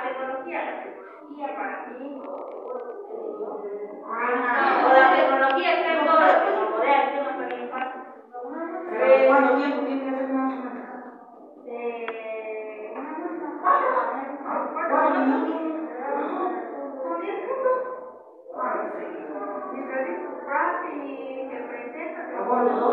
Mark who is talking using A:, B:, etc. A: tecnología, la tecnología para mí, o seguro que usted
B: Ah,
A: o la tecnología está en todo, pero poder, yo no soy en parte.
B: pero ¿cuánto tiempo tiene que hacer una semana?
A: Eh,
B: ¿Cuatro minutos?
A: Son 10 minutos. Mientras dices frase y te presentas,
B: Bueno,